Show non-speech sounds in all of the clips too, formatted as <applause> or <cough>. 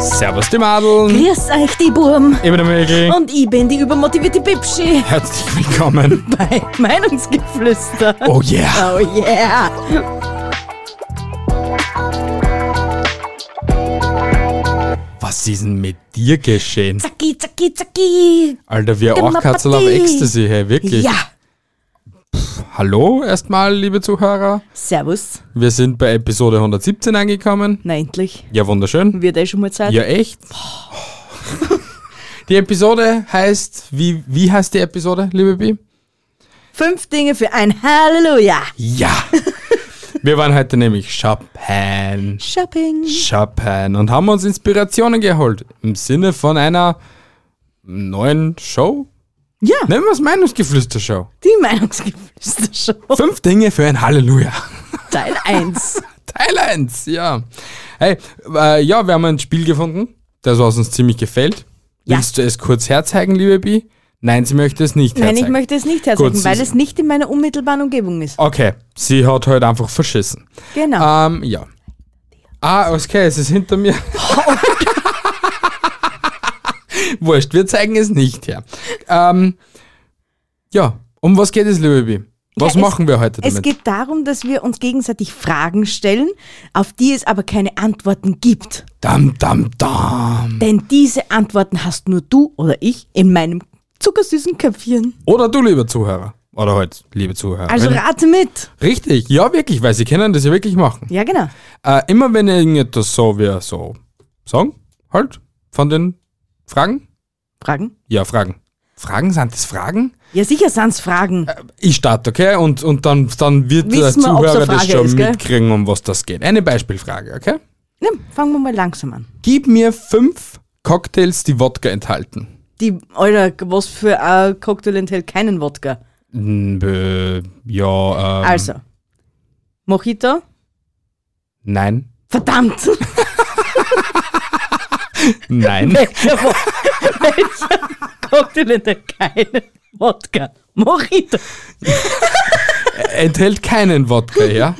Servus die Madeln, Grüß euch, die Burm. ich bin der Mägel. Und ich bin die übermotivierte Bibschi Herzlich willkommen. bei Meinungsgeflüster. Oh yeah. Oh yeah. Was ist denn mit dir geschehen? Zacki, zacki, zacki. Alter, wir auch Katzel auf Demokratie. Ecstasy, hey, wirklich. Ja. Hallo erstmal, liebe Zuhörer. Servus. Wir sind bei Episode 117 angekommen. Na, endlich. Ja, wunderschön. Wird eh schon mal Zeit. Ja, echt. Die Episode heißt, wie, wie heißt die Episode, liebe Bi? Fünf Dinge für ein Halleluja. Ja. Wir waren heute nämlich shoppen. Shopping. Chopin und haben uns Inspirationen geholt im Sinne von einer neuen Show. Ja, Nennen wir es Meinungsgeflüster-Show. die Meinungsgeflüster-Show. Fünf Dinge für ein Halleluja. <laughs> Teil 1. Teil 1, ja. Hey, äh, ja, wir haben ein Spiel gefunden, das was uns ziemlich gefällt. Ja. Willst du es kurz herzeigen, liebe Bi? Nein, sie möchte es nicht <laughs> Nein, herzeigen. ich möchte es nicht Gut, Ah, herzeigen, weil sie- es nicht in meiner unmittelbaren Umgebung ist. Okay, sie hat heute einfach verschissen. Genau. Ähm, ja. Ah, okay, es ist hinter mir. <laughs> Wurscht, wir zeigen es nicht her. Ähm, ja, um was geht es, liebe Bi? Was Ja, es- machen wir heute damit? Es geht darum, dass wir uns gegenseitig Fragen stellen, auf die es aber keine Antworten gibt. dam, dam, dam. Denn diese Antworten hast nur du oder ich in meinem zuckersüßen Köpfchen. Oder du, lieber Zuhörer. Oder halt, liebe Zuhörer. Also rate mit. Richtig, ja, wirklich, weil sie können das ja wirklich machen. Ja, genau. Äh, immer wenn irgendetwas so wir so sagen, halt, von den Fragen? Fragen? Ja, Fragen. Fragen sind das Fragen? Ja, sicher sind's Fragen. Ich starte, okay? Und, und dann, dann wird der Wissen wir, ob's Zuhörer eine das Frage schon ist, gell? mitkriegen, um was das geht. Eine Beispielfrage, okay? Na, fangen wir mal langsam an. Gib mir fünf Cocktails, die Wodka enthalten. Die, Alter, was für ein Cocktail enthält keinen Wodka? Hm, äh, Ja, ähm, Also, Mojito? Nein. Verdammt! <laughs> Nein. <laughs> Welcher Wo- welcher Cocktail enthält keinen Wodka? Mojito! Enthält keinen Wodka, <laughs> ja?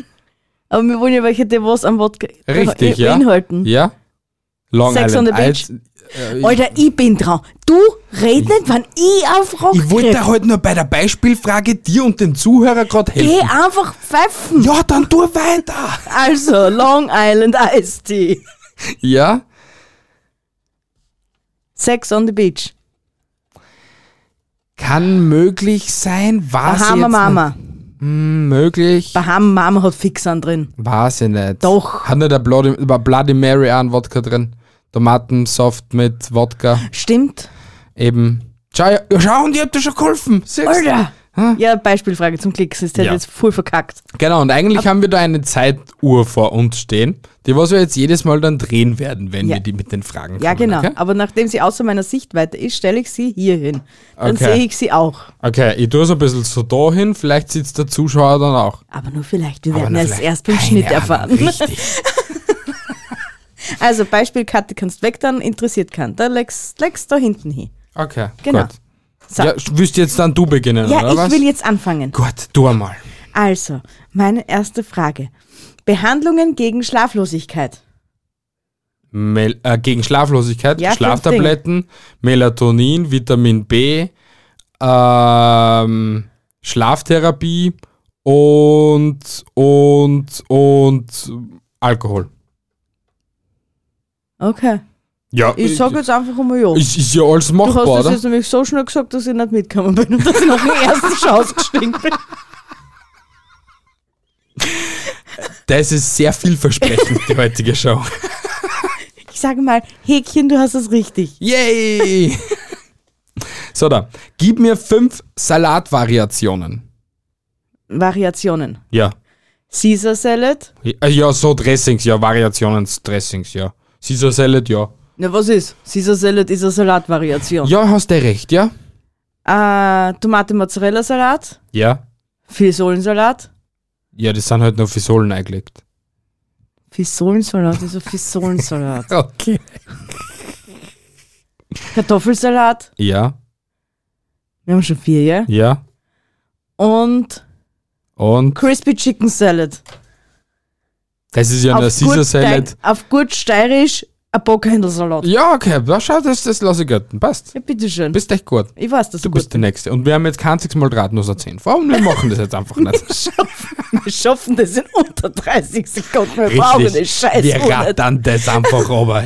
Aber wir wollen ja welche, die was am Wodka äh, Richtig, ja? beinhalten. Ja? Long Sex on Island Also, the Beach. Ice. Alter, ich bin dran. Du red nicht, wann ich auf Rock Ich wollte heute nur bei der Beispielfrage dir und dem Zuhörer gerade Geh helfen. einfach pfeifen. Ja, dann tu weiter. <laughs> Also, Long Island Iced Tea. Ja? Sex on the Beach. Kann möglich sein, was Bahama jetzt Mama. Hm, möglich. Bahama Mama hat Fixern drin. Weiß ich nicht. Doch. Hat nicht der Bloody, war Bloody Mary auch einen Wodka drin? Tomatensaft mit Wodka. Stimmt. Eben. Schau, ja, schau und ich hab dir schon geholfen. Siehst? Alter. Ja, Beispielfrage zum Glück. Das hätte Ja. jetzt Hm? voll verkackt. Genau, und eigentlich haben wir da eine Zeituhr vor uns stehen, die was wir jetzt jedes Mal dann drehen werden, wenn Ja. wir die mit den Fragen Ja, kommen, genau. Okay? Aber nachdem sie außer meiner Sichtweite ist, stelle ich sie hier hin. Dann Okay. sehe ich sie auch. okay, ich tue es ein bisschen so dahin, vielleicht sitzt der Zuschauer dann auch. Aber nur vielleicht. Wir Aber werden na, es vielleicht- erst beim keine Schnitt Ahnung, erfahren. Richtig. <laughs> Also, Beispiel Karte kannst weg, dann interessiert keinen. Da legst legst da hinten hin. Okay, Genau. gut. So. Ja, willst jetzt dann du beginnen, Ja, oder ich was? will jetzt anfangen. Gut, du einmal. Also, meine erste Frage. Behandlungen gegen Schlaflosigkeit. Mel äh, gegen Schlaflosigkeit, Ja, fünf Schlaftabletten, Melatonin, Vitamin B, ähm, Schlaftherapie und, und, und Alkohol. Okay. Ja, Ich sage jetzt einfach einmal ja. ist, ist ja alles du hast machbar, das oder? jetzt nämlich so schnell gesagt, dass ich nicht mitgekommen bin und dass ich nach <laughs> dem ersten schon ausgestiegen bin. Das ist sehr vielversprechend, die heutige <laughs> Show. Ich sage mal, Häkchen, du hast es richtig. Yay! so, da. Gib mir fünf Salatvariationen. Variationen. Ja. Caesar Salad, Äh, Ja, so Dressings, ja, Variationen, Dressings, ja. Caesar Salad, ja. Na, was ist? Caesar Salad ist eine Salatvariation. Ja, hast du recht, ja? Äh, Tomate-Mozzarella-Salat, Ja. Fisolensalat. Ja, das sind halt nur Fisolen eingelegt. Fisolensalat ist <laughs> ein Fisolensalat. Okay. Kartoffelsalat, Ja, wir haben schon vier, ja? ja. Und Und Crispy Chicken Salad. das ist ja nur Caesar gut Salad. Steir- auf gut steirisch ein Bockhändelsalat. Ja. Ja, okay, na, schau, das, das lasse ich gelten. Passt. bitteschön. Bist echt gut. ich weiß das Du gut. bist der Nächste. Und wir haben jetzt kein einziges Mal Drahtnuss erzählt. Warum? Wir machen das jetzt einfach <laughs> nicht. Wir <laughs> schaffen das in unter 30 Sekunden. Wir brauchen eine Scheiße. wir rattern das einfach runter.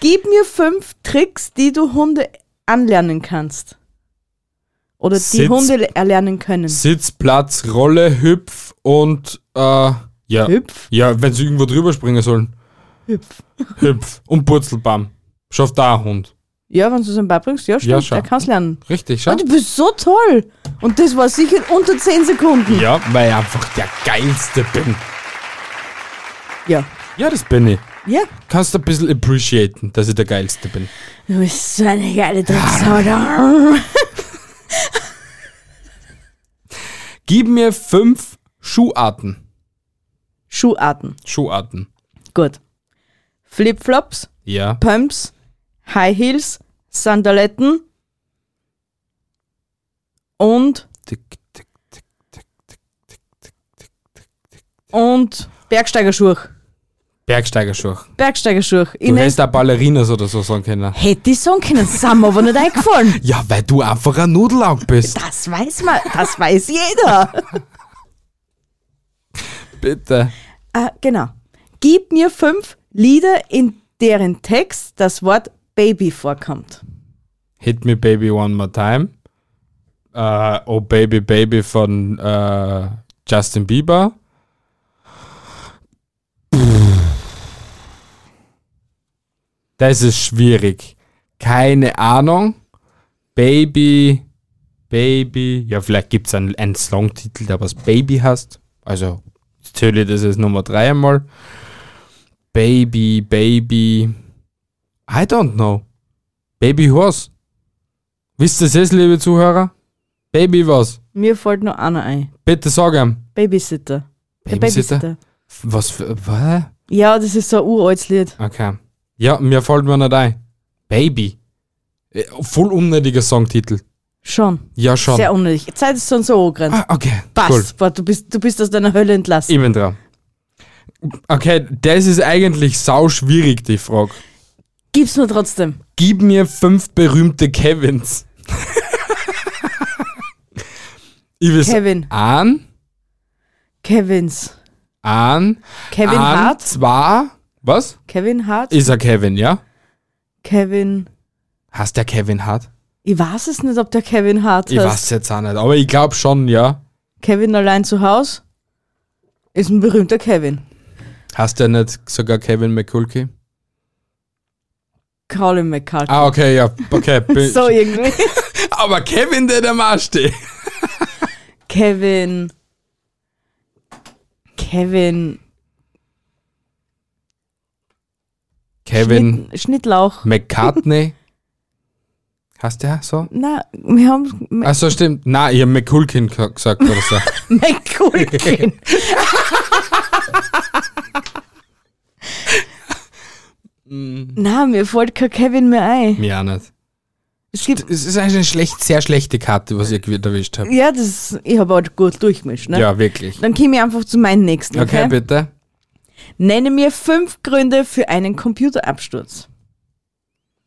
Gib mir fünf Tricks, die du Hunde anlernen kannst. Oder die Sitz- Hunde erlernen können. Sitzplatz, Rolle, Hüpf und äh, ja. Hüpf? Ja, wenn sie irgendwo drüber springen sollen. Hüpf. Hüpf und Purzelbaum. Schafft da ein Hund. Ja, wenn du es ihm beibringst, ja, stimmt, Ja, schau. der kann es lernen. Richtig, Oh, schau. du bist so toll. Und das war sicher unter 10 Sekunden. Ja, weil ich einfach der Geilste bin. Ja. Ja, das bin ich. Ja. Kannst du ein bisschen appreciaten, dass ich der Geilste bin. Du bist so eine geile Drecksau. da. Gib mir fünf Schuharten. Schuharten. Schuharten. Gut. Flipflops, Ja. Pumps, High Heels, Sandaletten und Tick, tick, tick, tick, tick, tick, tick, tick. und Bergsteigerschuhe. Bergsteigerschuhe. Bergsteigerschuhe. Du Ihnen hättest auch Ballerinas oder so sagen können. hätte ich sagen können, sind mir aber nicht eingefallen. Ja, weil du einfach ein Nudelaug bist. <laughs> Das weiß man, das weiß jeder. Bitte. <laughs> Ah, genau. Gib mir fünf Lieder, in deren Text das Wort Baby vorkommt. Hit Me Baby One More Time. Äh, oh Baby Baby von äh, Justin Bieber. Das ist schwierig. Keine Ahnung. Baby, Baby. Ja, vielleicht gibt es einen, einen Songtitel, der was Baby heißt. Also jetzt zähle ich das als Nummer 3 einmal. Baby, Baby. I don't know. Baby Horse. Wisst ihr es, liebe Zuhörer? Baby was? Mir fällt nur einer ein. Bitte sag ihm. Babysitter. Der Babysitter? Was für. Was? Ja, das ist so ein uraltes Lied. Okay. Ja, mir fällt mir nicht ein. Baby. Äh, Voll unnötiger Songtitel. Schon. Ja, schon. Sehr unnötig. Die Zeit ist schon so angrenzt. ah, okay. Passt. Cool. Boah, du, bist, du bist aus deiner Hölle entlassen. Ich bin dran. Okay, das ist eigentlich sau schwierig, die Frage. Gib's mir trotzdem. Gib mir fünf berühmte Kevins. <laughs> ich will Kevin. An, Kevins. an, Kevin an, Hart. Zwei. Was? Kevin Hart. Ist er Kevin, ja? Kevin. Hast der Kevin Hart? Ich weiß es nicht, ob der Kevin Hart Ich heißt. weiß jetzt auch nicht, aber ich glaube schon, ja. Kevin allein zu Hause ist ein berühmter Kevin. Hast der nicht sogar Kevin McCulkey? Colin McCartney. Ah, okay, ja, <laughs> okay. bin- So irgendwie. Aber Kevin, der der Marsch steht. Kevin. Kevin. Kevin Schnitt, Schnittlauch. McCartney? Hast der so? Na, wir haben Ma- Achso, stimmt. Na, ich habe McCulkin ka- gesagt oder <laughs> so. McCulkin. Mm. Na, mir fällt kein Kevin mehr ein. Mir auch nicht. Es gibt, Es ist eigentlich eine schlecht, sehr schlechte Karte, was ihr gewählt erwischt habt. ja, das, ist- ich habe halt gut durchmischt. Ne? Ja, wirklich. Dann komme ich einfach zu meinem nächsten. Okay, Okay? bitte. Nenne mir fünf Gründe für einen Computerabsturz.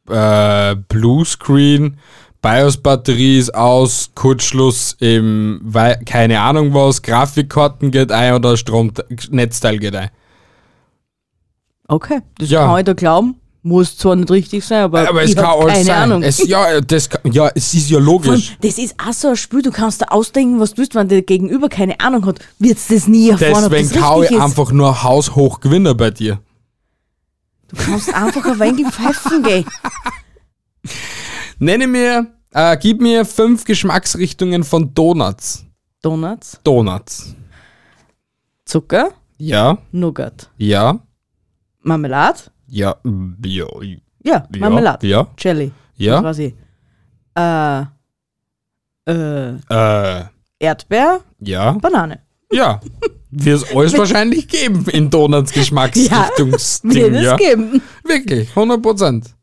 Äh, Bluescreen, BIOS-Batterie ist aus, Kurzschluss im, Wei keine Ahnung was, Grafikkarten geht ein oder Stromnetzteil geht ein. Okay, das Ja. kann ich da glauben. Muss zwar nicht richtig sein, aber, Aber ich es kann hab alles Äh, keine sein. Ahnung. Es, ja, das kann, ja, es ist ja Von, logisch. das ist auch so ein Spiel, du kannst da ausdenken, was du willst, wenn der Gegenüber keine Ahnung hat, wird's das nie erfahren, Deswegen ob das kau ich richtig ist. einfach nur haushoch Gewinner bei dir. Du kannst einfach ein wenig pfeifen gehen. Nenne mir, äh, gib mir fünf Geschmacksrichtungen von Donuts. Donuts, Donuts. Zucker, Ja, Nougat, ja, Marmelade, Ja, mm, ja, Ja, Ja, Marmelade. ja. Jelly. ja. Was ich. Äh, äh, Äh, Erdbeer, ja, Banane. ja. Wird es alles wahrscheinlich geben in Donuts Geschmacksrichtungsding, Wird es ja. geben. Äh, Wirklich, 100 Prozent.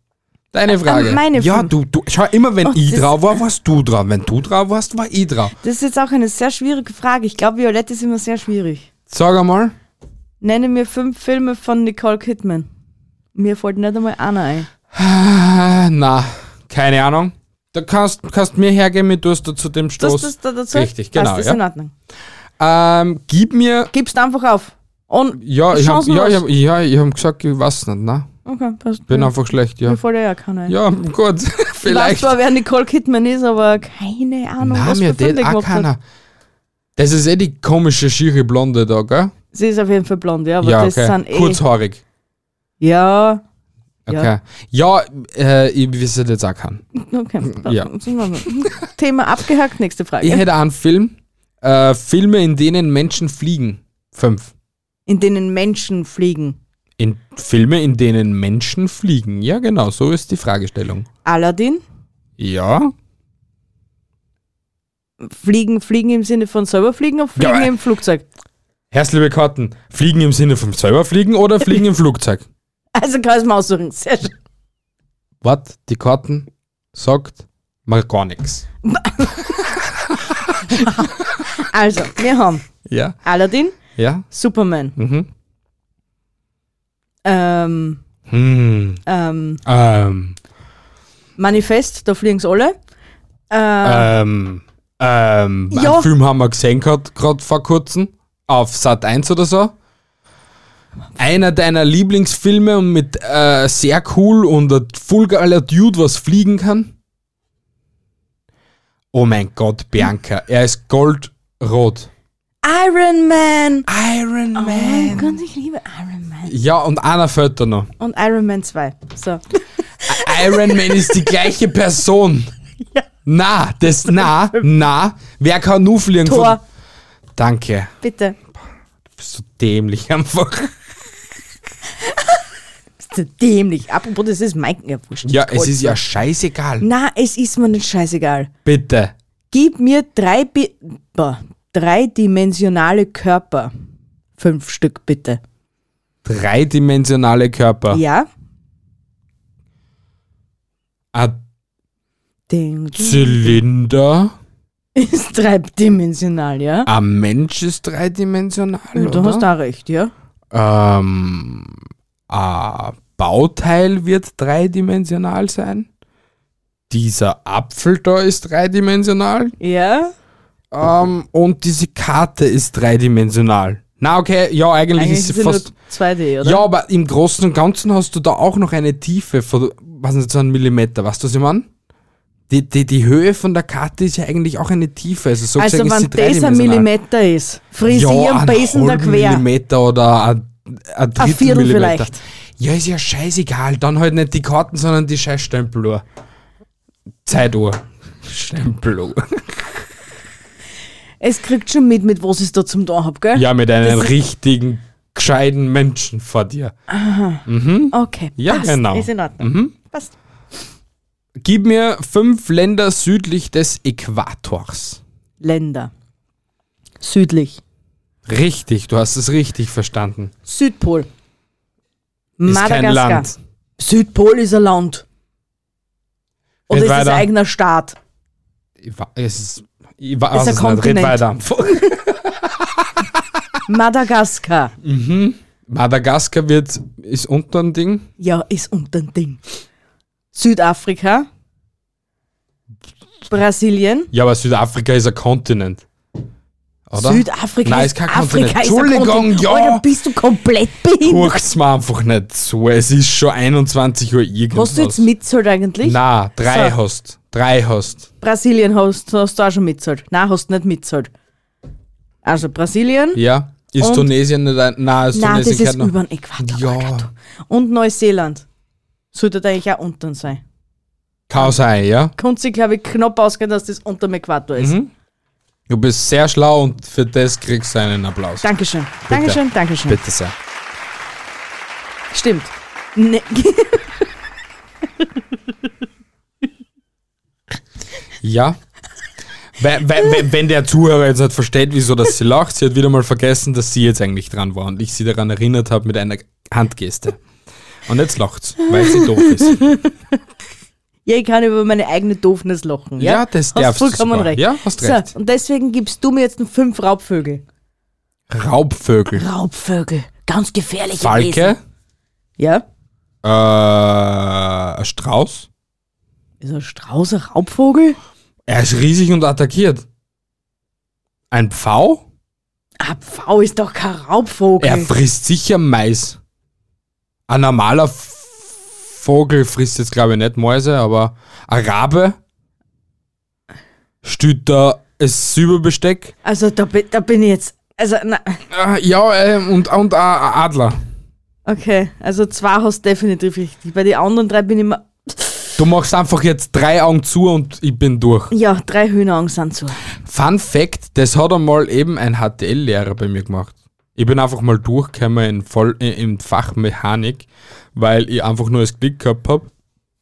Deine Frage. meine ja, fünf. du, du, schau, immer wenn Och, ich das- drauf war, warst du drauf. Wenn du drauf warst, war ich drauf. Das ist jetzt auch eine sehr schwierige Frage. Ich glaube, Violett ist immer sehr schwierig. Sag einmal. Nenne mir fünf Filme von Nicole Kidman. Mir fällt nicht einmal einer ein. Ah, na, keine Ahnung. Da kannst, kannst mir hergeben, mit Durst zu dem Das, Stoß. das, das dazu? Richtig, Passt, genau. ist in Ja. Ordnung. Ähm, gib mir. Gibst einfach auf. Und Ja, ich habe ja, chancenlos. ich hab, ja, ich hab gesagt, ich weiß nicht, ne? Okay, passt. Bin Ja. einfach schlecht, ja. Mir fällt ja ja keiner ein. Ja, gut, <laughs> Ich weiß vielleicht. zwar, wer Nicole Kidman ist, aber keine Ahnung, Na, was mir für Filme den auch gemacht hat. keiner. Das ist eh die komische, schiere Blonde da, gell? Sie ist auf jeden Fall blond, ja, aber ja, das okay. sind eh... Kurzhaarig. Ja, Okay. Ja, äh, ich wüsste jetzt auch keinen. okay. Mm, Ja. <laughs> Thema abgehakt, nächste Frage. Ich hätte einen Film. Äh, Filme, in denen Menschen fliegen. Fünf. In denen Menschen fliegen. In Filme, in denen Menschen fliegen. Ja, genau, so ist die Fragestellung. Aladdin? Ja. Fliegen, fliegen im Sinne von selber fliegen oder fliegen Ja. im Flugzeug? Herzlich willkommen. Fliegen im Sinne von selber fliegen oder fliegen <laughs> im Flugzeug? Also kann ich mir aussuchen. Sehr schön. Was? Die Karten sagt mal gar nichts. Also, wir haben Ja? Aladdin, Ja? Superman, Mhm. ähm, Hm. ähm, Ähm. Manifest, da fliegen sie alle. Äh, Ähm. Ähm. Ja. Einen Film haben wir gesehen gerade vor kurzem. Auf Sat 1 oder so. Einer deiner Lieblingsfilme und mit äh, sehr cool und ein voll geiler Dude, was fliegen kann. Oh mein Gott, Bianca. Er ist goldrot. Iron Man! Iron Oh Gott, ich liebe Iron Man. Ja, und einer fällt da noch. Und Iron Man 2. So. Iron Man ist die gleiche Person. Na, das na, na. Wer kann nur fliegen? Tor, Von- Danke. bitte. Bist so dämlich einfach. Bist du dämlich. Apropos, das ist Mike ja wurscht. Ja, es ist ja scheißegal. Na, es ist mir nicht scheißegal. Bitte. Gib mir drei, Bi boah, dreidimensionale Körper. Fünf Stück bitte. Dreidimensionale Körper. Ja? Ein Ding. Zylinder. <laughs> Ist dreidimensional, ja? Ein Mensch ist dreidimensional. Du hast Ah, oder? da recht, ja? Ähm, ein Bauteil wird dreidimensional sein. Dieser Apfel da ist dreidimensional. Ja? Ähm, und diese Karte ist dreidimensional. Na, okay, ja, eigentlich, Eigentlich ist sie sind fast. nur 2D, oder? Ja, aber im Großen und Ganzen hast du da auch noch eine Tiefe von, was nicht, so einen Millimeter. Weißt du, was ich meine? Die, die, die Höhe von der Karte ist ja eigentlich auch eine Tiefe. Also, so Also gesehen wenn ist sie das ein dreidimensional. Millimeter ist, frisieren, einen beißen da halben quer. Millimeter oder ein, ein Drittel Viertel Millimeter. vielleicht. Ja, ist ja scheißegal. Dann halt nicht die Karten, sondern die scheiß Stempeluhr. Zeituhr. Stempeluhr. Es kriegt schon mit, mit was ich da zum Tor hab, gell? Ja, <laughs> mit einem Das ist- richtigen, gescheiten Menschen vor dir. Okay. Ja, passt. genau. Ist in Ordnung. Passt. Gib mir fünf Länder südlich des Äquators. Länder. Südlich. Richtig, du hast es richtig verstanden. Südpol. Ist kein Land. Südpol ist ein Land. Oder Red ist es weiter. ein eigener Staat? Ich wa- Es ist, ich weiß es Ist ein nicht. Red Kontinent. weiter. <laughs> Madagaskar. Madagaskar wird, ist unter ein Ding. Ja, ist unter dem Ding. Südafrika. Brasilien. Ja, aber Südafrika ist ein Kontinent. Oder? Südafrika Nein, ist ist, kein Kontinent. Afrika ist ein Entschuldigung, Kontinent. ja. Alter, bist du komplett behindert? Furcht's mir einfach nicht so. Es ist schon 21 Uhr irgendwas. Hast du jetzt mitzahlt halt eigentlich? Na, drei So. hast. Drei hast. Brasilien hast, hast du auch schon mitzahlt. Nein, hast du nicht mitzahlt. Also Brasilien. Ja. Ist Und- Tunesien nicht ein. Nein, ist Nein, das Tunesien ist kein- über den Äquator. Ja. Alter, du. Und Neuseeland. Sollte da eigentlich auch unten sein. Kann sein, ja. Konnte sich, glaube ich, knapp ausgehen, dass das unter dem Äquator ist. Mhm. Du bist sehr schlau und für das kriegst du einen Applaus. Dankeschön. Dankeschön, Dankeschön. Bitte sehr. Stimmt. Ne <laughs> Ja. Weil, weil, weil, wenn der Zuhörer jetzt nicht versteht, wieso das sie lacht, sie hat wieder mal vergessen, dass sie jetzt eigentlich dran war und ich sie daran erinnert habe mit einer Handgeste. Und jetzt lacht's, weil sie doof ist. ja, ich kann über meine eigene Doofness lachen. Ja, Ja, das hast darfst du vollkommen sogar. recht. Ja, hast recht. So, und deswegen gibst du mir jetzt einen fünf Raubvögel. Raubvögel. Raubvögel, ganz gefährliche Wesen. Falke, Ja, äh, ein äh, Strauß. ist ein Strauß ein Raubvogel? Er ist riesig und attackiert. Ein Pfau? Ah, Pfau ist doch kein Raubvogel. Er frisst sicher Mais. Ein normaler F- Vogel frisst jetzt, glaube ich, nicht Mäuse, aber ein Rabe stüt da das Silberbesteck. also da, bin- da bin ich jetzt, also na, Äh, ja, äh, und, und ein Adler. okay, also zwei hast du definitiv richtig. Bei den anderen drei bin ich immer, Du machst einfach jetzt drei Augen zu und ich bin durch. ja, drei Hühneraugen sind so. Fun Fact, das hat einmal eben ein HTL-Lehrer bei mir gemacht. Ich bin einfach mal durchgekommen in voll, äh, im Fach Mechanik, weil ich einfach nur das Glück gehabt habe,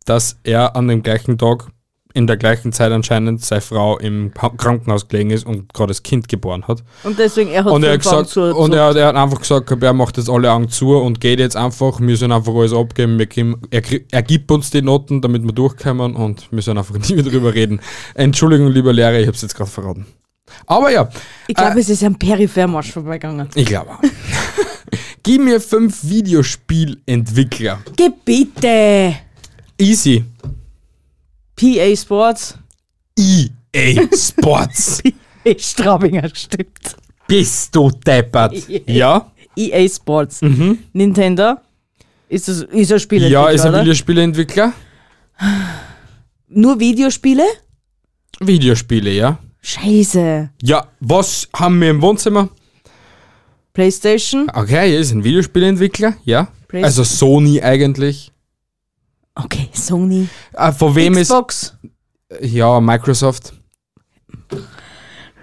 dass er an dem gleichen Tag, in der gleichen Zeit anscheinend, seine Frau im Pa- Krankenhaus gelegen ist und gerade das Kind geboren hat. Und deswegen, er hat Und er hat, fünf Augen gesagt, zu. und er, hat- er hat einfach gesagt, gehabt, er macht jetzt alle Augen zu und geht jetzt einfach, wir sollen einfach alles abgeben, wir kriegen, er, krie- er gibt uns die Noten, damit wir durchkommen und wir sollen einfach <laughs> nie mehr drüber reden. Entschuldigung, lieber Lehrer, ich hab's jetzt gerade verraten. Aber ja, ich Ah. glaube, es ist ein Periphermarsch vorbeigegangen. ich glaube. auch. <laughs> Gib mir fünf Videospielentwickler. Geh bitte! Easy. PA Sports. <laughs> EA E Sports. PA Straubinger, stimmt. <laughs> Bist du deppert? Ja? EA Sports. Nintendo. Ist das ist ein Spiel? Mhm. Ja, ist ein oder? Videospieleentwickler. Nur Videospiele? Videospiele, ja. Scheiße. Ja, was haben wir im Wohnzimmer? Playstation? Okay, hier ist ein Videospielentwickler, ja. Play- Also Sony eigentlich. Okay, Sony. Ah, von wem Xbox? ist. Ja, Microsoft.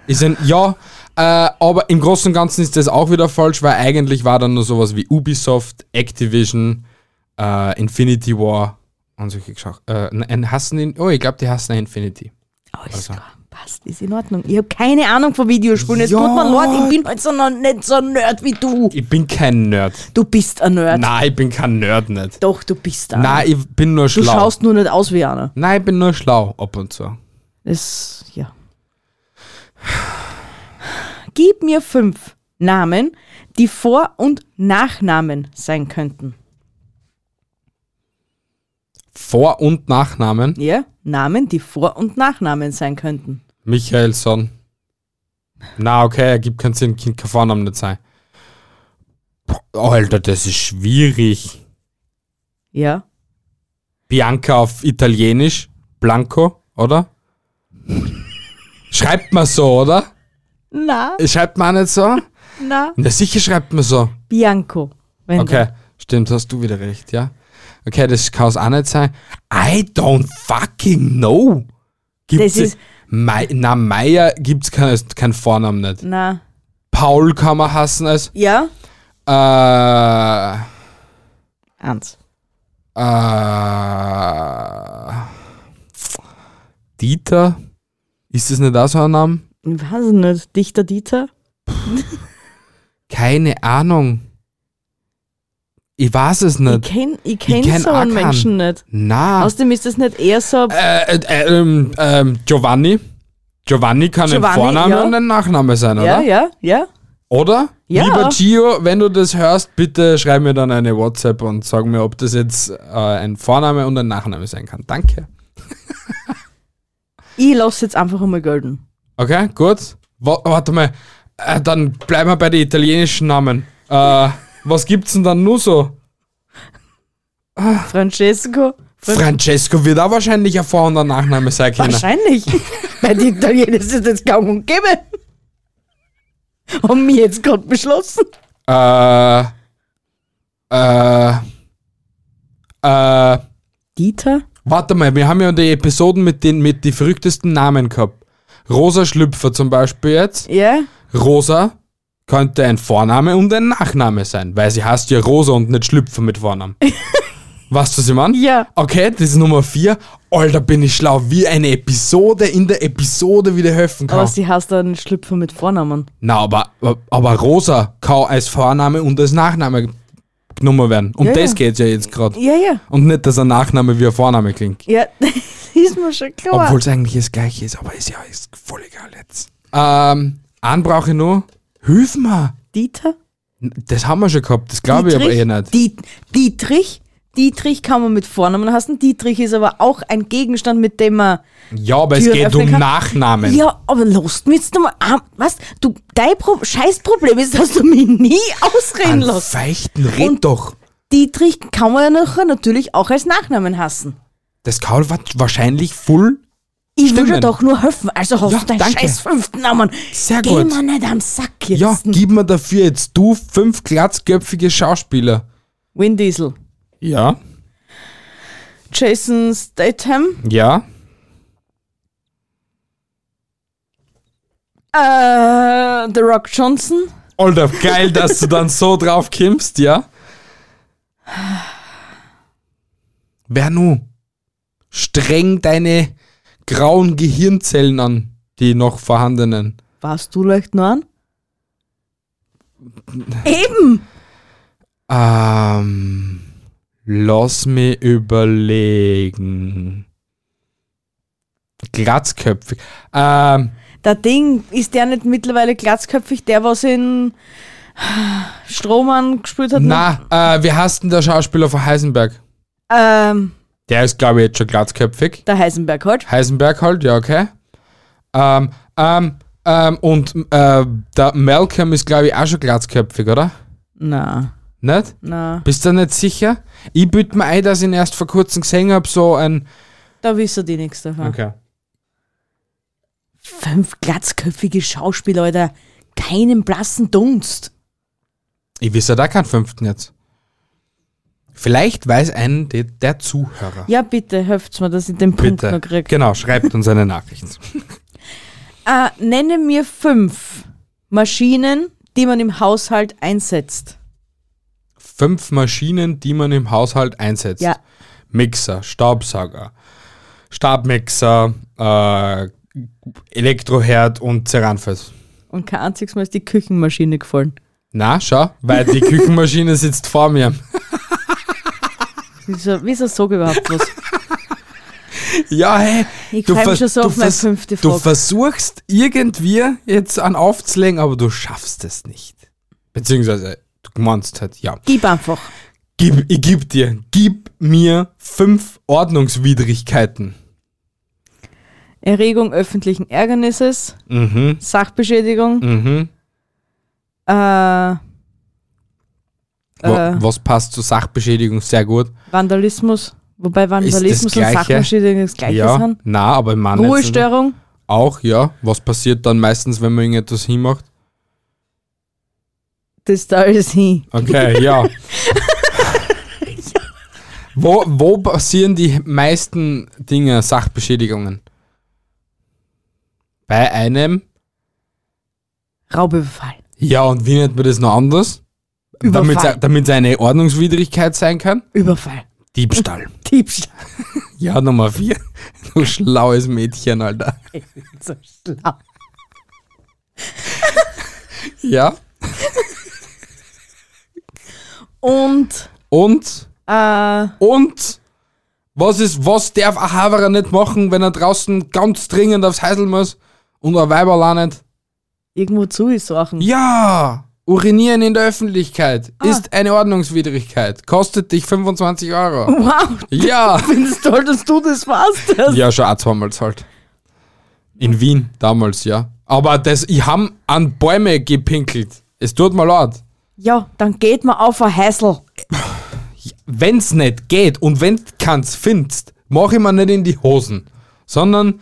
Ist ein. Ja, äh, aber im Großen und Ganzen ist das auch wieder falsch, weil eigentlich war dann nur sowas wie Ubisoft, Activision, äh, Infinity War und solche Geschichten. Äh, nein, hassen ihn. Oh, ich glaube, die hassen Infinity. Alles klar. Passt, ist in Ordnung. Ich habe keine Ahnung von Videospielen. Es Ja. tut mir leid, ich bin halt so noch nicht so ein Nerd wie du. Ich bin kein Nerd. Du bist ein Nerd. Nein, ich bin kein Nerd nicht. Doch, du bist ein Nein, ich bin nur Du schlau. schaust nur nicht aus wie einer. Nein, ich bin nur schlau ab und zu. Das, ja. Gib mir fünf Namen, die Vor- und Nachnamen sein könnten. Vor- und Nachnamen. Ja, Namen, die Vor- und Nachnamen sein könnten. Michaelson. Na, okay, er gibt keinen Sinn, Kind kann Vornamen nicht sein. Boah, Alter, das ist schwierig. Ja. Bianca auf Italienisch, Blanco, oder? Schreibt man so, oder? Na, Schreibt man auch nicht so? na. Na, sicher schreibt man so. Bianco. Wenn Okay, stimmt, hast du wieder recht, ja? Okay, das kann es auch nicht sein. I don't fucking know. Gibt's Das ist- Mei, na, Meier gibt's keinen kein Vornamen nicht. dann- Na. Paul kann man hassen als Ja? Äh, Eins. äh, Dieter? Ist das nicht auch so ein Name? Ich weiß nicht. Dichter Dieter? Keine Ahnung. Ich weiß es Ich nicht. kenn, ich kenn, kenn so auch einen keinen. Menschen nicht. Na. Außerdem ist das nicht eher so. Äh, äh, ähm, ähm, Giovanni. Giovanni kann Giovanni, ein Vorname ja. und ein Nachname sein, oder? ja, ja, ja. Oder? Ja. Lieber Gio, wenn du das hörst, bitte schreib mir dann eine WhatsApp und sag mir, ob das jetzt äh, ein Vorname und ein Nachname sein kann. Danke. Ich lasse jetzt einfach einmal gelten. Okay, gut. Wa warte mal, äh, dann bleiben wir bei den italienischen Namen. Äh, was gibt's denn dann nur so? Francesco. Francesco wird auch wahrscheinlich ein Vor- und ein Nachname sein können. <laughs> Wahrscheinlich. Bei den Italienern ist es jetzt kaum und gäbe. Haben wir jetzt gerade beschlossen. Äh, äh, äh, Dieter? warte mal, wir haben ja die Episoden mit den mit die verrücktesten Namen gehabt. Rosa Schlüpfer zum Beispiel jetzt. Ja? Rosa könnte ein Vorname und ein Nachname sein, weil sie heißt ja Rosa und nicht Schlüpfer mit Vornamen. Weißt du, was ich meine? Ja. Okay, das ist Nummer 4. Alter, bin ich schlau, wie eine Episode in der Episode wieder helfen kann. Aber sie heißt dann Schlüpfer mit Vornamen. Na, aber, aber Rosa kann als Vorname und als Nachname genommen werden. Um Ja, das ja. geht's ja jetzt gerade. Ja, ja. Und nicht, dass ein Nachname wie ein Vorname klingt. Ja, <laughs> ist mir schon klar. Obwohl es eigentlich das gleiche ist, aber ist ja ist voll egal jetzt. Ähm, einen brauche ich nur. Hilf mir! Dieter? Das haben wir schon gehabt, das glaube ich aber eh nicht. Diet, Dietrich? Dietrich kann man mit Vornamen hassen. Dietrich ist aber auch ein Gegenstand, mit dem man. Ja, aber es Tür geht um öffnen kann. Nachnamen. Ja, aber lass mich jetzt nochmal. Ah, was? Du, dein Pro Scheißproblem ist, dass du mich nie <laughs> ausreden Einen lässt. feichten Red Und- doch. Dietrich kann man ja nachher natürlich auch als Nachnamen hassen. Das kann wa- wahrscheinlich voll. Ich will dir Stimmen. doch nur helfen, also hast Ja, du deinen danke. scheiß fünften Namen. Sehr Geh gut. mir nicht am Sack jetzt. Ja, gib mir dafür jetzt du fünf glatzköpfige Schauspieler. Vin Diesel, Ja. Jason Statham, Ja. äh, The Rock Johnson, Alter, geil, dass du dann so drauf kimmst, ja? Wer nun? Streng deine grauen Gehirnzellen an, die noch vorhandenen. Warst du leicht noch <laughs> an? Eben! Ähm, lass mich überlegen. Glatzköpfig. Ähm, Der Ding, ist der nicht mittlerweile glatzköpfig, der was in <sighs> Strohmann gespielt hat? ne? na, äh, wie heißt denn der Schauspieler von Heisenberg? Ähm, Der ist, glaube ich, jetzt schon glatzköpfig. der Heisenberg halt. Heisenberg halt, ja, okay. Ähm, ähm, ähm, und äh, der Malcolm ist, glaube ich, auch schon glatzköpfig, oder? Na, Nicht? na, Bist du nicht sicher? Ich bitte mir ein, dass ich ihn erst vor kurzem gesehen habe, so ein. da wissen die nichts davon. Fünf glatzköpfige Schauspieler, Alter. Keinen blassen Dunst. Ich wisse da keinen fünften jetzt. Vielleicht weiß einen de, der Zuhörer. Ja, bitte, helft mir, dass ich den Punkt Bitte. noch krieg. Genau, schreibt uns eine Nachricht. Äh, nenne mir fünf Maschinen, die man im Haushalt einsetzt. Fünf Maschinen, die man im Haushalt einsetzt. Ja. Mixer, Staubsauger, Stabmixer, äh, Elektroherd und Ceranfels. Und kein einziges Mal ist die Küchenmaschine gefallen. Na, schau, weil <laughs> die Küchenmaschine sitzt vor mir. Wieso, wieso sag ich überhaupt was? Ja, hey. Ich freu mich vers- schon so du auf meine vers- fünfte Du Frage. versuchst irgendwie jetzt an aufzulegen, aber du schaffst es nicht. Beziehungsweise, du meinst halt, ja. Gib einfach. Gib, ich gib dir, gib mir fünf Ordnungswidrigkeiten. Erregung öffentlichen Ärgernisses, Mhm, Sachbeschädigung, mhm. äh, Wo- Äh. Was passt zur Sachbeschädigung sehr gut? Vandalismus, wobei Vandalismus und Gleiche? Sachbeschädigung das gleiche ja, sind. na, aber ich meine jetzt- Ruhestörung, auch, ja. Was passiert dann meistens, wenn man irgendetwas hinmacht? das da ist hin. <laughs> Okay, ja. Wo, wo passieren die meisten Dinge, Sachbeschädigungen? Bei einem? Raubüberfall. Ja, und wie nennt man das noch anders? Damit Überfall. es eine Ordnungswidrigkeit sein kann? Überfall. <laughs> Diebstahl. Diebstahl. <laughs> Ja, Nummer vier. Du schlaues Mädchen, Alter. <laughs> So schlau. Ja. Und Und, äh, und, was ist, was darf ein Haverer nicht machen, wenn er draußen ganz dringend aufs Häusl muss und ein Weiberl auch nicht? irgendwo zu ist Sachen. Ja! Urinieren in der Öffentlichkeit ist eine Ordnungswidrigkeit. Kostet dich 25 <laughs> Euro. Wow, ja! findest du toll, dass du das warst. Ja, schon auch zweimal halt. In Wien damals, ja. Aber das, ich hab an Bäume gepinkelt. Es tut mir leid. Ja, dann geht man auf ein Häusl. Wenn's nicht geht und wenn kann's findest, mach ich mir nicht in die Hosen, sondern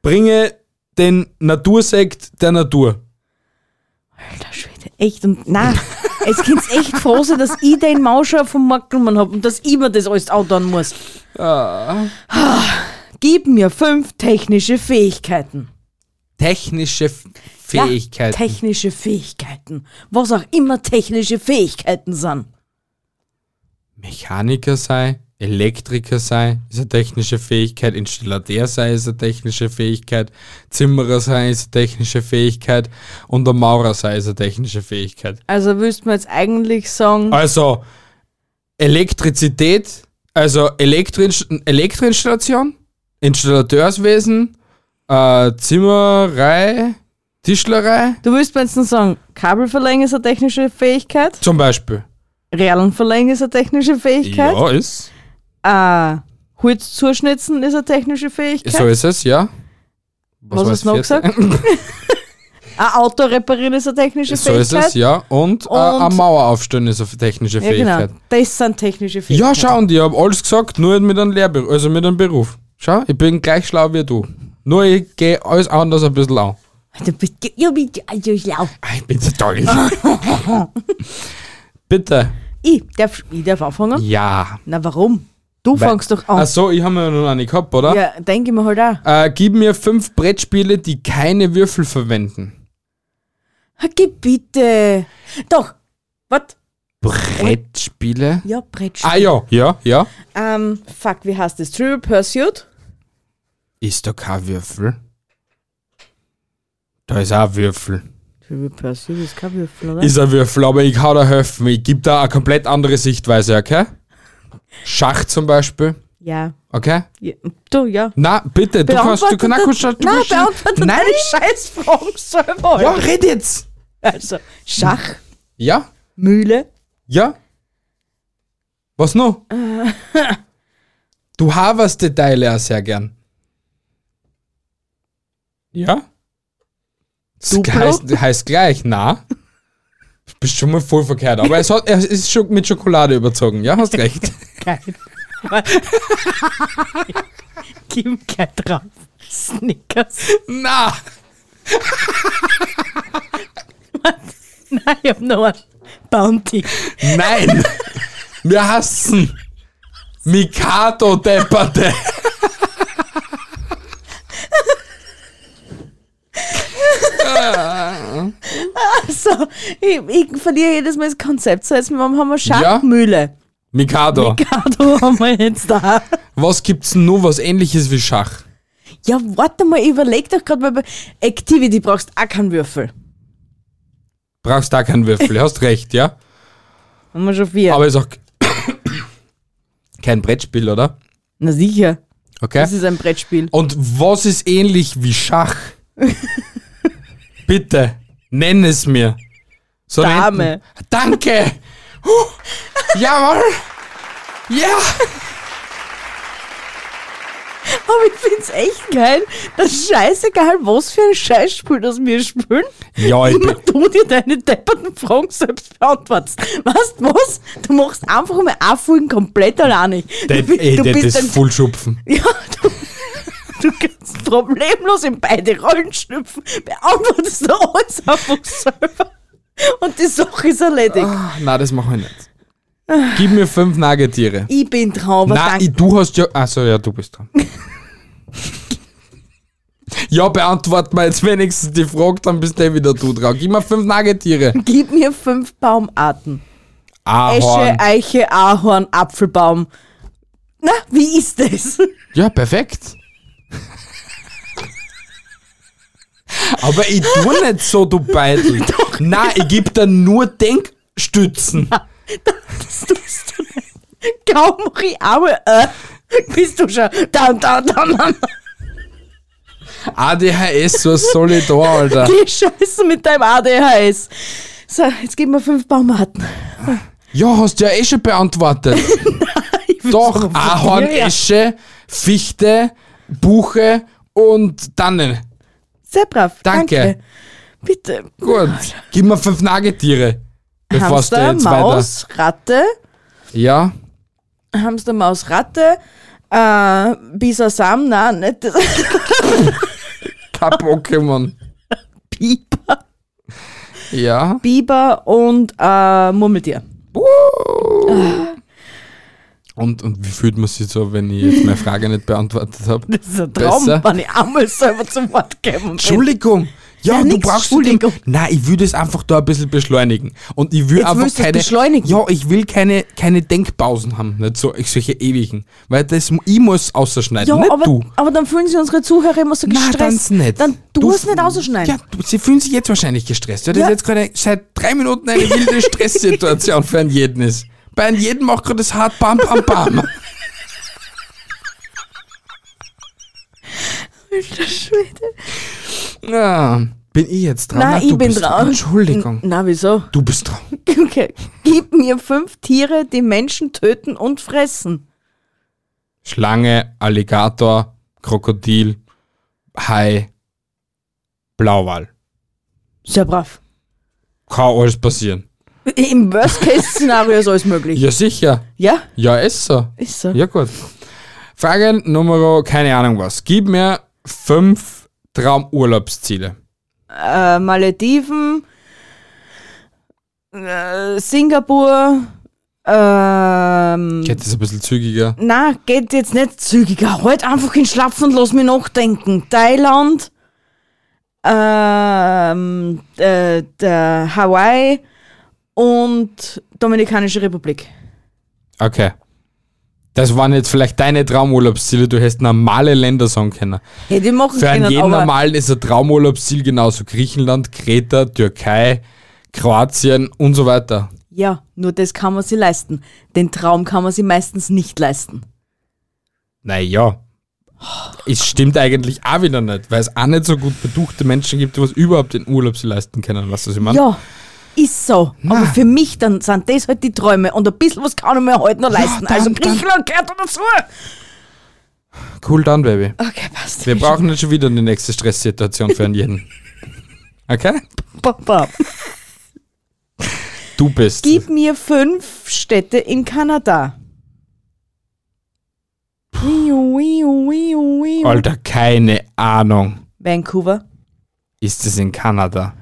bringe den Natursekt der Natur. Alter Schwede, echt. Und nein, es kann's echt froh sein, dass ich den Mauscher vom Mackelmann hab und dass ich mir das alles outdoen muss. Ah. Gib mir fünf technische Fähigkeiten. Technische F- Fähigkeiten. Ja, technische Fähigkeiten. Was auch immer technische Fähigkeiten sind. Mechaniker sei, Elektriker sei, ist eine technische Fähigkeit, Installateur sei, ist eine technische Fähigkeit, Zimmerer sei, ist eine technische Fähigkeit und der Maurer sei, ist eine technische Fähigkeit. Also willst du mir jetzt eigentlich sagen, Also Elektrizität, also Elektroinst- Elektroinstallation, Installateurswesen, äh, Zimmerei, Tischlerei du willst mir jetzt nur sagen, Kabelverlängen ist eine technische Fähigkeit, zum Beispiel. Realenverlängen ist eine technische Fähigkeit, Ja, ist. äh, Holz zuschnitzen ist eine technische Fähigkeit, So ist es, ja. Was war das hast du noch vierte? <laughs> ein Auto reparieren ist eine technische So Fähigkeit. ist es, ja. Und, äh, Und- eine Mauer aufstellen ist eine technische Ja, Fähigkeit. genau. Das sind technische Ja, Fähigkeiten. schauen die, ich habe alles gesagt, nur mit einem Lehrberuf, also mit einem Beruf. Schau, ich bin gleich schlau wie du. Nur ich gehe alles anders ein bisschen an. Du bist, du bist, also schlau. Ah, Ich bin so toll. <laughs> Bitte. Ich darf, ich darf anfangen? Ja. Na, warum? Du fängst doch an. Achso, ich habe mir noch eine gehabt, oder? ja, denke ich mir halt auch. Äh, gib mir fünf Brettspiele, die keine Würfel verwenden. Ah, Geh bitte. Doch. Was? Brettspiele? Ja, Brettspiel. Ah ja, ja, ja. Ähm, fuck, wie heißt das? Trivial Pursuit? Ist da kein Würfel? Da ist auch ein Würfel. Trivial Pursuit ist kein Würfel, oder? Ist ein Würfel, aber ich kann da helfen. Ich gebe da eine komplett andere Sichtweise, okay? Schach zum Beispiel, ja. okay? ja. Du, ja. <laughs> Na, bitte, du kannst, du kannst, du kannst, du Nein, kannst, beantwortet Nein, deine Scheißfragen selber. ja, red jetzt! Also, Schach, Ja, Mühle, ja. Was noch? du haverst die Teile auch sehr gern. Ja? Das Duplo? heißt, heißt gleich, na? Du bist schon mal voll verkehrt, aber es, hat, es ist schon mit Schokolade überzogen, ja, hast recht. Kim gleich drauf. Snickers. <laughs> na! Nein, ich hab noch einen. Bounty. Nein! Wir hassen Mikado Depperte. <laughs> So, ich, ich verliere jedes Mal das Konzept. So, jetzt haben wir Ja. Schachmühle. Mikado. Mikado haben wir jetzt da. Was gibt's denn nur was ähnliches wie Schach? Ja, warte mal, ich überleg doch gerade, weil bei Activity brauchst du auch keinen Würfel. Brauchst da keinen Würfel, hast recht, ja? Haben wir schon vier. Aber ist auch <coughs> kein Brettspiel, oder? Na sicher, Okay. das ist ein Brettspiel. Und was ist ähnlich wie <laughs> Schach? Bitte, nenn es mir. So Dame. nennt- Danke. Huh. Jawohl. Ja. Aber ich find's echt geil, dass scheißegal, was für ein Scheißspiel das wir spielen, <laughs> Ja, ich bin, immer du dir deine depperten Fragen selbst beantwortest. Weißt du was? Du machst einfach mal Anfolgen komplett alleine. Du, Das, bi- ey, du das bist ist ein voll schupfen. <laughs> Ja, du, du kannst problemlos in beide Rollen schlüpfen, beantwortest du alles einfach selber und die Sache ist erledigt. Nein, das machen wir nicht. Gib mir fünf Nagetiere. Ich bin traurig. Nein, ich, danke. du hast ja. Achso, ja, du bist dran. <laughs> ja, beantwort mal jetzt wenigstens die Frage, dann bist du eh wieder du dran. Gib mir fünf Nagetiere. Gib mir fünf Baumarten. Ahorn. Esche, äh, Eiche, Ahorn, Apfelbaum. Na, wie ist das? <laughs> Ja, perfekt. Aber ich tu nicht so, du <laughs> Beitel. Nein, ich geb dir nur <laughs> Denkstützen. Das tust du nicht. Kaum mach ich einmal, äh, bist du schon. Dann, dann, dann, dann. ADHS, was soll ich da, Alter? Geh scheißen mit deinem ADHS. So, jetzt gib mir fünf Baumarten. Ja, hast du ja eh schon <laughs> beantwortet. Doch, Ahorn, Ja, ja. Esche, Fichte, Buche und Tanne. Sehr brav. Danke. Bitte. Gut, gib mir fünf Nagetiere. Bevor du Hamster, jetzt weiter. Maus, Ratte. Ja, Hamster, Maus, Ratte. Äh, Bisa Sam, nein, nicht das. <laughs> kein Pokémon. Biber. Ja. Biber und äh, Murmeltier. Und, und wie fühlt man sich so, wenn ich jetzt meine Frage nicht beantwortet habe? Das ist ein <laughs> Traum, Besser. wenn ich einmal selber zum Wort gekommen bin. Entschuldigung, Ja, Ja, du nix, brauchst den, Entschuldigung. Nein, ich würde es einfach da ein bisschen beschleunigen. Und ich will Jetzt einfach willst du es keine. beschleunigen? Ja, ich will keine, keine Denkpausen haben. Nicht so, solche ewigen. Weil das, ich muss Ja, ausschneiden, nicht aber, du. aber dann fühlen sich unsere Zuhörer immer so Nein, gestresst. ganz nicht. Dann du, musst nicht ausschneiden. Ja, du, sie fühlen sich jetzt wahrscheinlich gestresst. Ja, das Ja. ist jetzt gerade seit drei Minuten eine wilde Stresssituation für einen jeden ist. Bei einem jeden macht gerade das hart Bam Bam <laughs> Bam. Alter Schwede. Ja, bin ich jetzt dran? Nein, du ich bin bist dran. Entschuldigung. N- Na, wieso? <laughs> Du bist dran. Okay. Gib mir fünf Tiere, die Menschen töten und fressen. Schlange, Alligator, Krokodil, Hai, Blauwal. Sehr brav. Kann alles passieren. Im Worst-Case-Szenario ist alles möglich. Ja, sicher. Ja, Ja, ist so. ist so. Ja, gut. Frage Nummer, keine Ahnung was. Gib mir fünf Traumurlaubsziele. Äh, Malediven, äh, Singapur, ähm, Ich hätte es ein bisschen zügiger. na, geht jetzt nicht zügiger. Halt einfach in Schlapf und lass mich nachdenken. Thailand, ähm, äh, der Hawaii und Dominikanische Republik. Okay. Das waren jetzt vielleicht deine Traumurlaubsziele. Du hättest normale Länder sagen können. Hätte ich machen Für einen können, jeden aber normalen ist ein Traumurlaubsziel genauso Griechenland, Kreta, Türkei, Kroatien und so weiter. ja, nur das kann man sich leisten. Den Traum kann man sich meistens nicht leisten. Naja. Es stimmt eigentlich auch wieder nicht, weil es auch nicht so gut betuchte Menschen gibt, die was überhaupt den Urlaub sie leisten können. Weißt du, was ich meine? Ja, ist so. Aber für mich dann sind das halt die Träume und ein bisschen was kann ich mir heute noch leisten. dann- also dann- Griechenland gehört da dazu. Cool down, Baby. Okay, passt. Wir brauchen nicht schon wieder eine nächste Stresssituation für einen jeden. Okay? Papa. Du bist. Gib mir fünf Städte in Kanada. Wiu, wiu, wiu, wiu. Alter, keine Ahnung. Vancouver? Ist es in Kanada?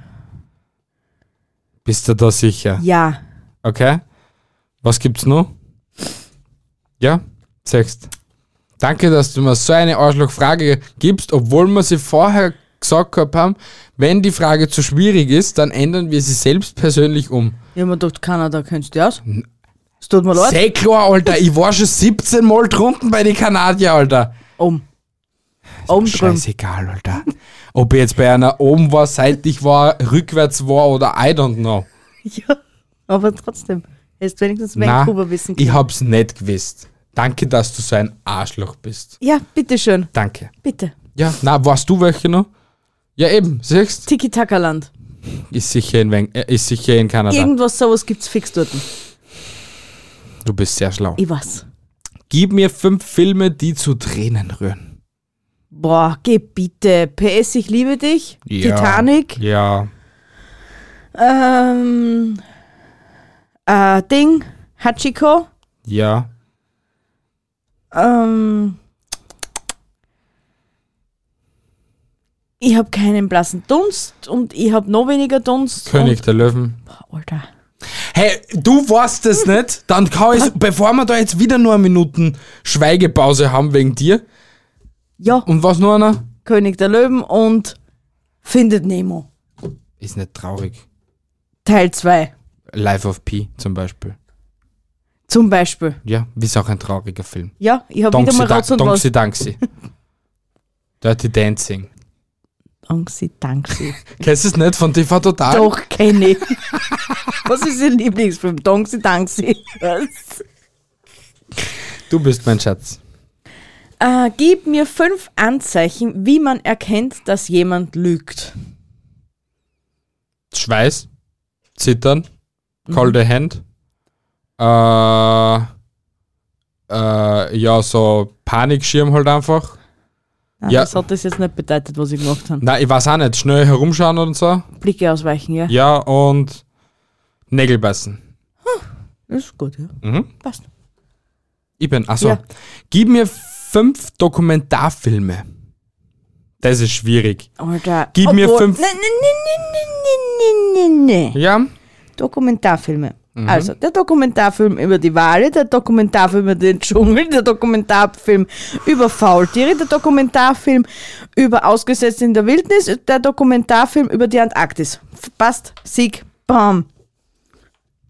Bist du da sicher? Ja. Okay. Was gibt's noch? Ja, sechst. Danke, dass du mir so eine Arschlochfrage gibst, obwohl wir sie vorher gesagt gehabt haben, wenn die Frage zu schwierig ist, dann ändern wir sie selbst persönlich um. Ich hab mir gedacht, Kanada kennst du aus. Es tut mir leid. Sehr klar, Alter, ich war schon 17 Mal drunten bei den Kanadier, Alter. Um. Um drum. Scheißegal, Alter. Ob ich jetzt bei einer oben war, seitlich war, rückwärts war oder I don't know. <laughs> Ja, aber trotzdem. Hättest wenigstens Na, Vancouver wissen ich können. hab's nicht gewusst. Danke, dass du so ein Arschloch bist. Ja, bitteschön. Danke. Bitte. Ja, na, warst du welche noch? Ja, eben, siehst Tiki-Taka-Land. Ist sicher in, Wen äh, ist sicher in Kanada. Irgendwas sowas gibt's fix dort. du bist sehr schlau. Ich weiß. Gib mir fünf Filme, die zu Tränen rühren. Boah, geh bitte. PS, ich liebe dich. Ja. Titanic. Ja. Ähm, äh, Ding. Hachiko. Ja. Ähm, ich habe keinen blassen Dunst und ich habe noch weniger Dunst. König der Löwen. Und, Alter. Hey, du warst es Hm. nicht, dann kann ich, bevor wir da jetzt wieder nur eine Minuten Schweigepause haben wegen dir. Ja, Und was nur einer? König der Löwen und Findet Nemo. Ist nicht traurig. Teil 2 Life of Pi zum Beispiel. zum Beispiel. Ja, ist auch ein trauriger Film. Ja, ich habe wieder Donksi mal Rotz und was. Donksi Danksi. Dirty Dancing. Danke, danke. Kennst du es nicht von TV Total? Doch, kenne ich. <laughs> Was ist Ihr Lieblingsfilm? Danke, danke. Du bist mein Schatz. Äh, gib mir fünf Anzeichen, wie man erkennt, dass jemand lügt. Schweiß, Zittern, Call Mhm. the Hand, äh, äh, ja, so Panikschirm halt einfach. Nein, Ja. Ah, Das hat das jetzt nicht bedeutet, was ich gemacht habe. Nein, ich weiß auch nicht, schnell herumschauen und so. Blicke ausweichen, ja? Ja, und Nägel beißen. Das ist gut, ja. Passt. Ich bin, achso. Ja. Gib mir fünf Dokumentarfilme. Das ist schwierig. Alter. Gib mir fünf- Nein, nein, nein, nein, nein, nein, nein, nein. Ja, Dokumentarfilme. Mhm. Also, der Dokumentarfilm über die Wale, der Dokumentarfilm über den Dschungel, der Dokumentarfilm über Faultiere, der Dokumentarfilm über Ausgesetzt in der Wildnis, der Dokumentarfilm über die Antarktis. F- Passt, Sieg, Bam.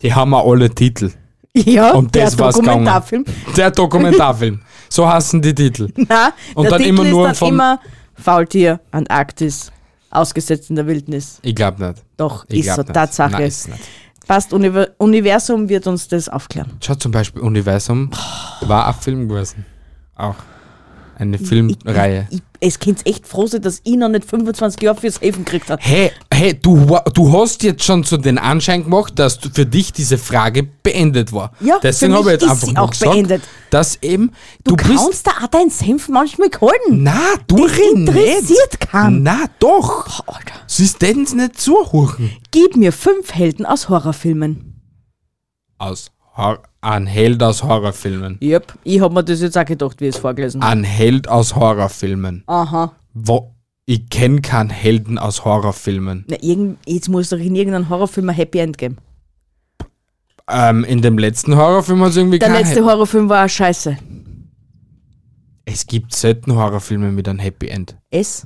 Die haben wir alle Titel. Ja, Um der das war's gegangen. Dokumentarfilm. <laughs> Der Dokumentarfilm. So hassen die Titel. Na, Und der dann Titel immer ist nur dann vom- immer Faultier, Antarktis, Ausgesetzt in der Wildnis. Ich glaube nicht. Doch, Ich ist glaub so, nicht. Tatsache. Nein, ist nicht. Passt, Univer- Universum wird uns das aufklären. Schau zum Beispiel, Universum war ein Film gewesen. Auch eine Filmreihe. Ich, es könnt echt froh sein, dass ich noch nicht 25 Jahre fürs Helfen gekriegt habe. Hey, hey, du, wa- du hast jetzt schon so den Anschein gemacht, dass du, für dich diese Frage beendet war. Ja, Deswegen für habe ich jetzt mich ist einfach sie nur auch gesagt, beendet. dass eben Du, du, bist kannst da auch deinen Senf manchmal gehalten. Na, du Das interessiert keinen. Na, doch. Alter. Sie stellen es nicht zuhören. Gib mir fünf Helden aus Horrorfilmen. Aus Hor ein Held aus Horrorfilmen. Yep, ich habe mir das jetzt auch gedacht, wie ich es vorgelesen habe. Ein Held aus Horrorfilmen. Ah. Aha. Wo ich kenne keinen Helden aus Horrorfilmen. Na, irgend, jetzt muss doch in irgendeinem Horrorfilm ein Happy End geben. Ähm, in dem letzten Horrorfilm hat es irgendwie Der keinen letzte Hel- Horrorfilm war auch scheiße. Es gibt selten Horrorfilme mit einem Happy End. S?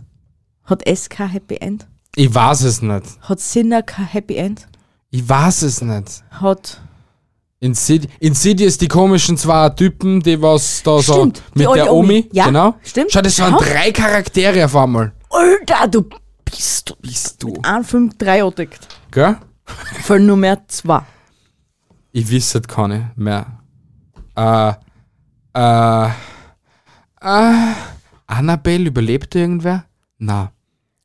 Hat S kein Happy End? Ich weiß es nicht. Hat Sinner kein Happy End? Ich weiß es nicht. Hat. Insid Insidious, die komischen zwei Typen, die was da Stimmt, so die mit alte der Omi, Omi. Ja, genau. stimmt. Schau, das waren Schau. drei Charaktere auf einmal. Alter, du bist du. Bist du, Ein Film, drei Ottekt. gell? Film Nummer zwei. Ich wüsste keine mehr. Äh, äh, äh, Annabelle überlebt irgendwer? Na.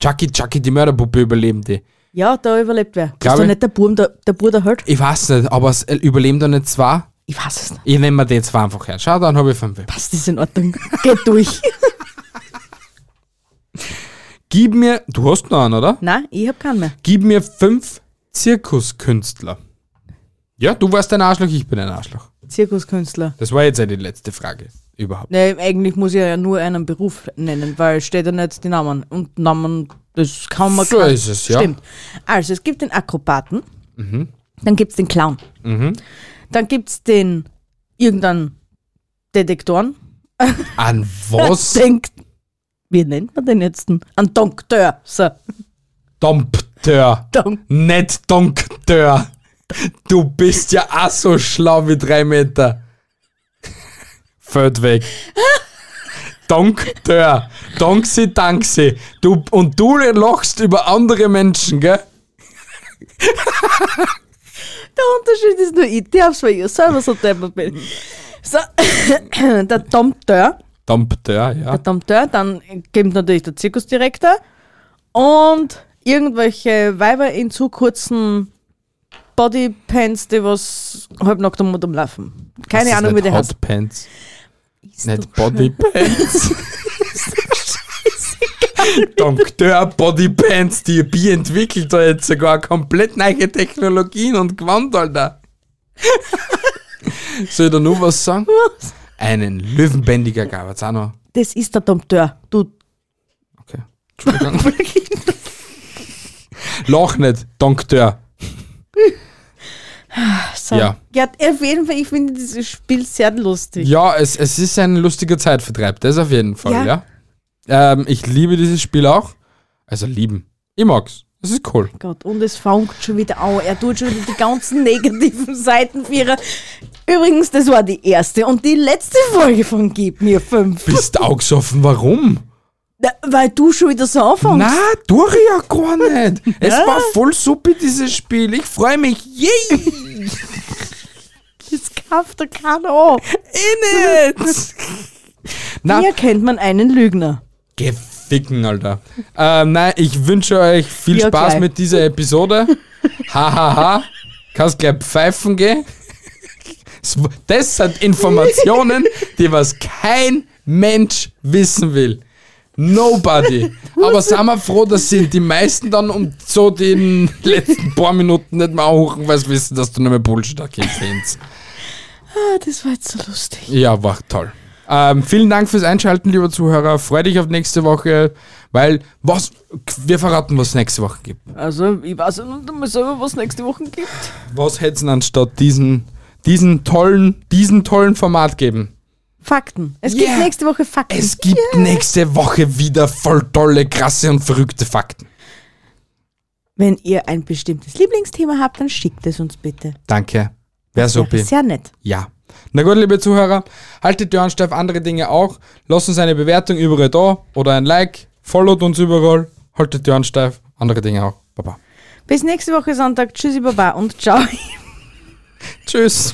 Chucky, Chucky, die Mörderpuppe überleben die. Ja, da überlebt wer. Glaub ist da ich. nicht der Burm, der, der Bur der Held? Ich weiß nicht, aber es äh, überleben da nicht zwei. Ich weiß es nicht. Ich nehme mir die zwei einfach her. Schau, dann habe ich fünf. Passt, ist in Ordnung. Geht <laughs> durch. Gib mir, du hast noch einen, oder? Nein, ich hab keinen mehr. Gib mir fünf Zirkuskünstler. Ja, du warst ein Arschloch, ich bin ein Arschloch. Zirkuskünstler. Das war jetzt ja die letzte Frage überhaupt. Nee, eigentlich muss ich ja nur einen Beruf nennen, weil steht ja nicht die Namen. Und Namen, das kann man So kein- ist es, ja. Stimmt. Also, es gibt den Akrobaten, Mhm. dann gibt's den Clown, Mhm. dann gibt's den irgendeinen Detektoren. An was? Denkt, wie nennt man den jetzt? denn? Ein Donkteur. So, Dompteur. Dom- Nicht Dompteur. Du bist ja auch so schlau wie drei Meter. Fällt weg. Dompteur. Donksi, Danksi. Du, und du lachst über andere Menschen, gell? Der Unterschied ist nur, ich darf's, weil ich selber so deppert bin. So, <coughs> der Dompteur, Dompteur, der ja. Dompteur, dann kommt natürlich der Zirkusdirektor und irgendwelche Weiber in zu kurzen Bodypants, die was halbnackt am Mund umlaufen. Keine Das ist Ahnung, wie nicht der heißt. Hotpants. Ist Nicht doch Bodypants. Dompteur Bodypants, die Bier entwickelt da jetzt sogar komplett neue Technologien und Gewand, Alter. Soll ich da nur was sagen? Was? Einen Löwenbändiger gab es auch noch. Das ist der Dompteur. Du, Okay. Entschuldigung. <laughs> Lach nicht, Dompteur. so. Ja. ja, auf jeden Fall, ich finde dieses Spiel sehr lustig. Ja, es, es ist ein lustiger Zeitvertreib, das auf jeden Fall, ja. Ja. Ähm, ich liebe dieses Spiel auch. Also lieben. Ich mag's. Es ist cool. Gott, und es fängt schon wieder an. Er tut schon wieder die ganzen <laughs> negativen Seiten für ihre. Übrigens, das war die erste und die letzte Folge von Gib mir 5. Bist augesoffen, warum? Weil du schon wieder so anfängst. Na, tue ich ja gar nicht. Es war voll super, dieses Spiel. Ich freue mich. Yay! Das kauft er keiner an. Eh nicht. Na, <laughs> Hier kennt man einen Lügner. geficken, Alter. Ähm, nein, ich wünsche euch viel Ja, Spaß gleich. mit dieser Episode. Hahaha. ha, ha. Kannst gleich pfeifen gehen. Das w- Das sind Informationen, die was kein Mensch wissen will. Nobody. Aber sind wir froh, dass sind die meisten dann um so den letzten paar Minuten nicht mehr hochen, weil sie wissen, dass du nicht mehr Bullshit erkennst. Ah, das war jetzt so lustig. Ja, war toll. Ähm, vielen Dank fürs Einschalten, lieber Zuhörer. Freu dich auf nächste Woche, weil was, wir verraten, was es nächste Woche gibt. Also, ich weiß nicht einmal selber, was es nächste Woche gibt. Was hätte es anstatt diesen, diesen tollen, diesen tollen Format geben? Fakten. Es Yeah. gibt nächste Woche Fakten. Es gibt ne- nächste Woche wieder voll tolle, krasse und verrückte Fakten. Wenn ihr ein bestimmtes Lieblingsthema habt, dann schickt es uns bitte. Danke. Wer so Wäre <laughs> bin. sehr nett. Ja. Na gut, liebe Zuhörer, haltet die Ohren steif, andere Dinge auch. Lasst uns eine Bewertung überall da oder ein Like. Followt uns überall. Haltet die Ohren steif, andere Dinge auch. Baba. Bis nächste Woche Sonntag. Tschüssi, Baba und ciao. Tschüss.